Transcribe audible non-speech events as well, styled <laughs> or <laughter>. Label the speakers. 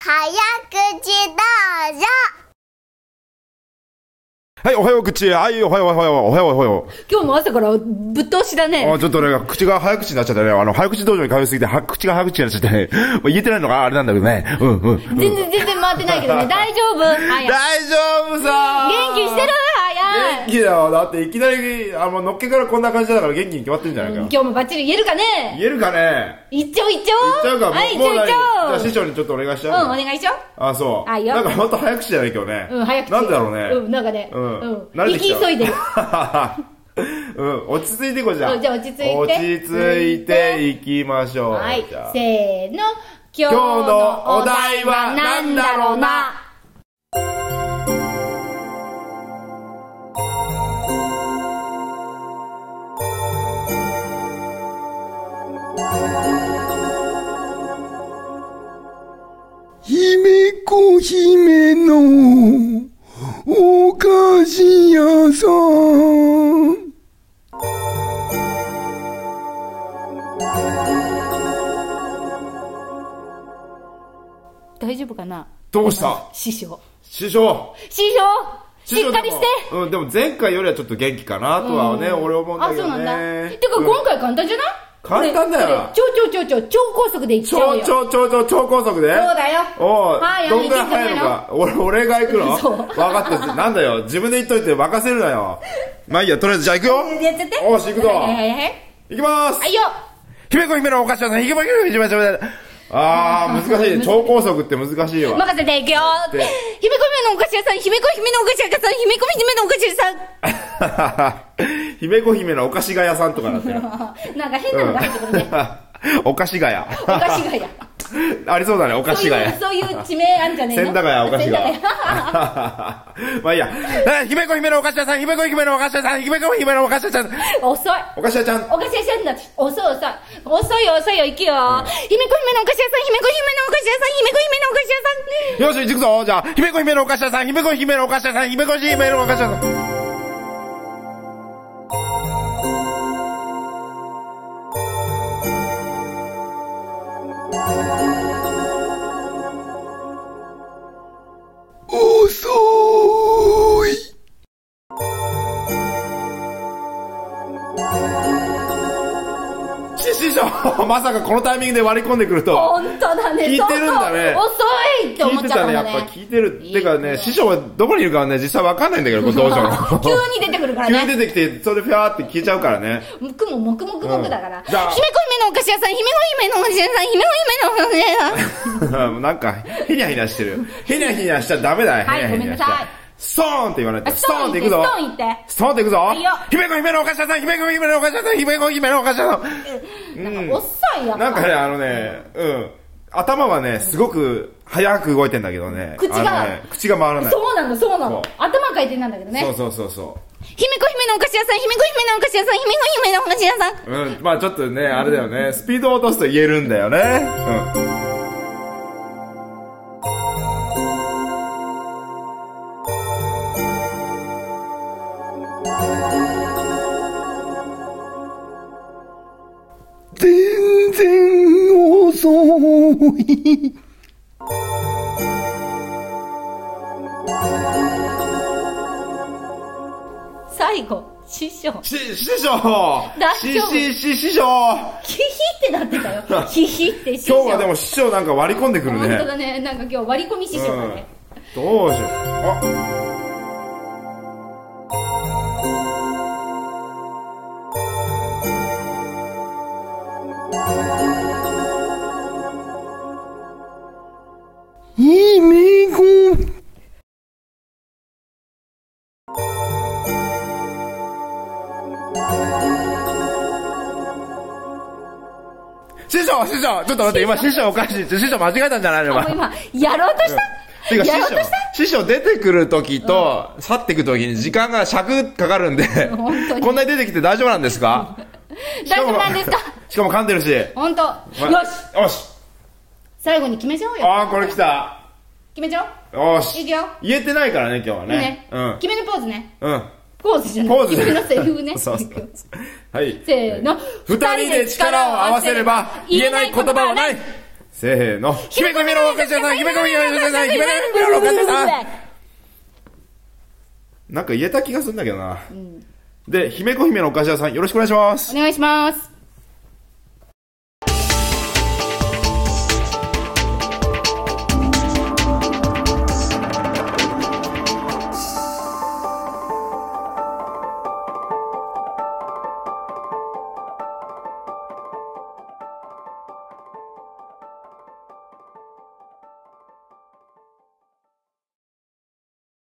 Speaker 1: 早口道場
Speaker 2: はい、おはよう、口。はい、おはよう、おはよう、おはよう、おはよ
Speaker 3: 今日も朝からぶっ通しだ
Speaker 2: う。あ
Speaker 3: ね。
Speaker 2: ちょっとね、口が早口になっちゃったね。あの、早口道場に通いすぎて、は口が早口になっちゃって <laughs> ね。もう言えてないのがあれなんだけどね。うん、うん。
Speaker 3: 全然全然回ってないけど
Speaker 2: <laughs>
Speaker 3: ね。大丈夫はや。
Speaker 2: 大丈夫さ
Speaker 3: 元気してるはや
Speaker 2: 元。気だよ。だって、いきなり、あの、のっけからこんな感じだから元気に決まってんじゃないか
Speaker 3: 今
Speaker 2: よ。
Speaker 3: 日もバッチリ言えるかね
Speaker 2: 言えるかね
Speaker 3: いっちゃおういっち
Speaker 2: 言っち
Speaker 3: ゃ
Speaker 2: ゃ
Speaker 3: お
Speaker 2: う
Speaker 3: う
Speaker 2: か、も
Speaker 3: は
Speaker 2: う
Speaker 3: い、いっ
Speaker 2: もう何
Speaker 3: ち
Speaker 2: じ
Speaker 3: ゃ
Speaker 2: ゃ
Speaker 3: お
Speaker 2: あ
Speaker 3: う
Speaker 2: 師匠にちょっとお願いしちゃ
Speaker 3: う、
Speaker 2: うん
Speaker 3: お
Speaker 2: か。
Speaker 3: 願いしよ
Speaker 2: あ、そう。
Speaker 3: あいいよ
Speaker 2: なんかほんと早口じゃない今日ね。
Speaker 3: う。うん、早く。
Speaker 2: なんだろうね。
Speaker 3: うん、なんかね。
Speaker 2: うん慣
Speaker 3: 生
Speaker 2: れてき
Speaker 3: き
Speaker 2: た
Speaker 3: 急いでる。
Speaker 2: <laughs> うん、落ち着いていこうじゃ。
Speaker 3: うんんじゃあ落ち着いて
Speaker 2: 落ち着いていきましょう。
Speaker 3: はい
Speaker 2: じゃあ、
Speaker 3: せーの。
Speaker 2: 今
Speaker 3: 今
Speaker 2: 日のお題は何だろうな。
Speaker 4: 姫子姫のお菓子屋さん。
Speaker 3: 大丈夫かな
Speaker 2: どうした
Speaker 3: 師匠。
Speaker 2: 師匠
Speaker 3: 師匠しっかりして
Speaker 2: 師匠でもうん、でも前回よりはちょっと元気かなとはね、俺思うんだ
Speaker 3: あ、
Speaker 2: け
Speaker 3: そう
Speaker 2: ど
Speaker 3: な
Speaker 2: ね。
Speaker 3: んだ。てか今回簡単じゃない
Speaker 2: 簡単だよな
Speaker 3: これこれ超超超超超高速でいっちゃおう
Speaker 2: 超、
Speaker 3: よ。
Speaker 2: 超、超、超、超高速でそう
Speaker 3: だよ
Speaker 2: おう
Speaker 3: はい
Speaker 2: どんぐらい速いのか。俺、俺が行くの
Speaker 3: そう
Speaker 2: 分かった。なんだよ。自分で言っといて任せるなよ。まあいいや、とりあえずじゃあ行くよ。
Speaker 3: やっちゃって。
Speaker 2: おし、行くぞ。
Speaker 3: はいはいはいはい。
Speaker 2: 行きます
Speaker 3: はいよ。
Speaker 2: 姫子姫のお菓子屋さん、姫子姫のお菓子屋さん。あー、難
Speaker 3: <laughs>
Speaker 2: しい。超高速って難しいわ。 <laughs>
Speaker 3: 任せていくよ。
Speaker 2: で
Speaker 3: 姫子姫のお菓子屋さん、姫子姫のお菓子屋さん、姫子姫のお菓子屋さん。
Speaker 2: 姫子姫のお菓子が屋さんとかなってる。
Speaker 3: <laughs> なんか変なのが入ってくるね。
Speaker 2: <laughs> お菓子がや。
Speaker 3: お菓子がや。
Speaker 2: ありそう <laughs> だね、お菓子がや。
Speaker 3: そういう、そういう地名あんじゃねえ
Speaker 2: 千
Speaker 3: の
Speaker 2: 駄ヶ谷お菓子が
Speaker 3: 千駄ヶ
Speaker 2: <laughs>
Speaker 3: 谷
Speaker 2: まあいいや。え姫子姫のお菓子屋さん、姫子姫のお菓子屋さん、姫子姫のお菓子屋さん。
Speaker 3: <laughs> 遅い。
Speaker 2: お菓子屋ちゃん。
Speaker 3: お菓子屋さんだって遅い遅い。遅いよ遅いよ、行くよ。姫子姫のお菓子屋さん、姫子姫のお菓子屋さん、姫子姫のお菓子屋さん。
Speaker 2: よし、行くぞ。じゃあ、姫子姫のお菓子屋さん、姫子姫のお菓子屋さん、姫子姫のお菓子屋さん。
Speaker 4: 遅い。
Speaker 2: し師匠、まさかこのタイミングで割り込んでくるとは。
Speaker 3: 本当だね。
Speaker 2: 聞いてるんだね
Speaker 3: そうそう遅いって思
Speaker 2: 聞い
Speaker 3: っち
Speaker 2: て
Speaker 3: ゃったた
Speaker 2: ね、
Speaker 3: ん
Speaker 2: や
Speaker 3: だ
Speaker 2: っぱ
Speaker 3: ね。
Speaker 2: 聞いてる。てかね、
Speaker 3: いい
Speaker 2: 師匠はどこにいるかはね、実際わかんないんだ
Speaker 3: <laughs>
Speaker 2: けど、こう道場の。
Speaker 3: 急に出てくるから
Speaker 2: 急に
Speaker 3: ね。
Speaker 2: 出てきて、それでピャーって消えちゃうから
Speaker 3: <laughs>
Speaker 2: ね。
Speaker 3: 僕も黙々黙だから。
Speaker 2: うんじ
Speaker 3: 姫
Speaker 2: ゃあ
Speaker 3: 子姫のお菓子屋さん、姫子姫のお菓子屋さん、姫子姫のお菓子屋さん。
Speaker 2: なんか、へにゃへにゃしてるよ。へにゃへにゃしちゃダメだよ。
Speaker 3: はい
Speaker 2: へにゃへにゃしち
Speaker 3: ごめん
Speaker 2: ゃ
Speaker 3: なさい。
Speaker 2: ストーンって言わないと。
Speaker 3: ストーン
Speaker 2: って
Speaker 3: 行
Speaker 2: 行くぞ
Speaker 3: スト。ーン行って。
Speaker 2: ストーンって行くぞ
Speaker 3: いよ。
Speaker 2: 姫子姫のお菓子屋さん、姫子姫のお菓子屋さん、姫子姫のお菓子屋さん。
Speaker 3: なん
Speaker 2: うん
Speaker 3: か遅いやっぱ
Speaker 2: なんかね、あのね、うん。頭はね、すごく早く動いてんだけどね。
Speaker 3: 口が
Speaker 2: あのね口が回らない。
Speaker 3: そうなの、そうな
Speaker 2: そう
Speaker 3: の。頭回転なんだけどね。
Speaker 2: そ
Speaker 3: 姫
Speaker 2: う
Speaker 3: 子
Speaker 2: そうそうそう。
Speaker 3: 姫のお菓子屋さん、姫子姫のお菓子屋さん、姫子姫のお菓子屋さん。
Speaker 2: うん、まあちょっとね、あれだよね、スピードを落とすと言えるんだよね。うん。
Speaker 4: 全然遅い。
Speaker 3: 最後、 <laughs> 師匠。
Speaker 2: し、師匠
Speaker 3: 大
Speaker 2: し
Speaker 3: 丈夫、
Speaker 2: し、し、師匠
Speaker 3: ヒヒってなってたよ。ヒヒって師匠。
Speaker 2: 今日はでも師匠なんか割り込んでくる
Speaker 3: 本当
Speaker 2: ね。
Speaker 3: だね。なんか今日割り込み師匠だね。
Speaker 2: どうしよう。あ、
Speaker 4: 姫子。
Speaker 2: 師匠師匠ちょっと待って、今師匠おかしい。師匠間違えたんじゃないの
Speaker 3: もう
Speaker 2: 今。
Speaker 3: 今、やろうとした
Speaker 2: てか師
Speaker 3: やろう
Speaker 2: 匠
Speaker 3: とした、
Speaker 2: 師匠出てくる時と、去ってく時に時間が尺かかるんで
Speaker 3: 本当、に
Speaker 2: こんなに出てきて大丈夫なんですか
Speaker 3: 大丈夫なんですか
Speaker 2: しかも噛んでるし。
Speaker 3: 本当。
Speaker 2: ま
Speaker 3: よし
Speaker 2: よし
Speaker 3: 最後に決めちゃおうよ。
Speaker 2: あー、これ来た。
Speaker 3: 決めちゃ
Speaker 2: よ
Speaker 3: おう。い
Speaker 2: し
Speaker 3: くよ。
Speaker 2: 言えてないからね、今日はね。
Speaker 3: ね
Speaker 2: うん。
Speaker 3: 決めのポーズね。
Speaker 2: うん。
Speaker 3: ポーズじゃない。
Speaker 2: ポーズ
Speaker 3: 決めのセリフ
Speaker 2: <laughs>
Speaker 3: ね。
Speaker 2: そうそう
Speaker 3: いくよ
Speaker 2: はい。
Speaker 3: せーの。
Speaker 2: 二人で力を合わせれば、言えない言葉はないせせーの。姫組のお菓子屋さん、姫組のお菓子屋さん、姫組のお菓子屋さん。なんか言えた気がするんだけどな。で、姫子姫のお菓子屋さん、よろしくお願いします。
Speaker 3: お願いします。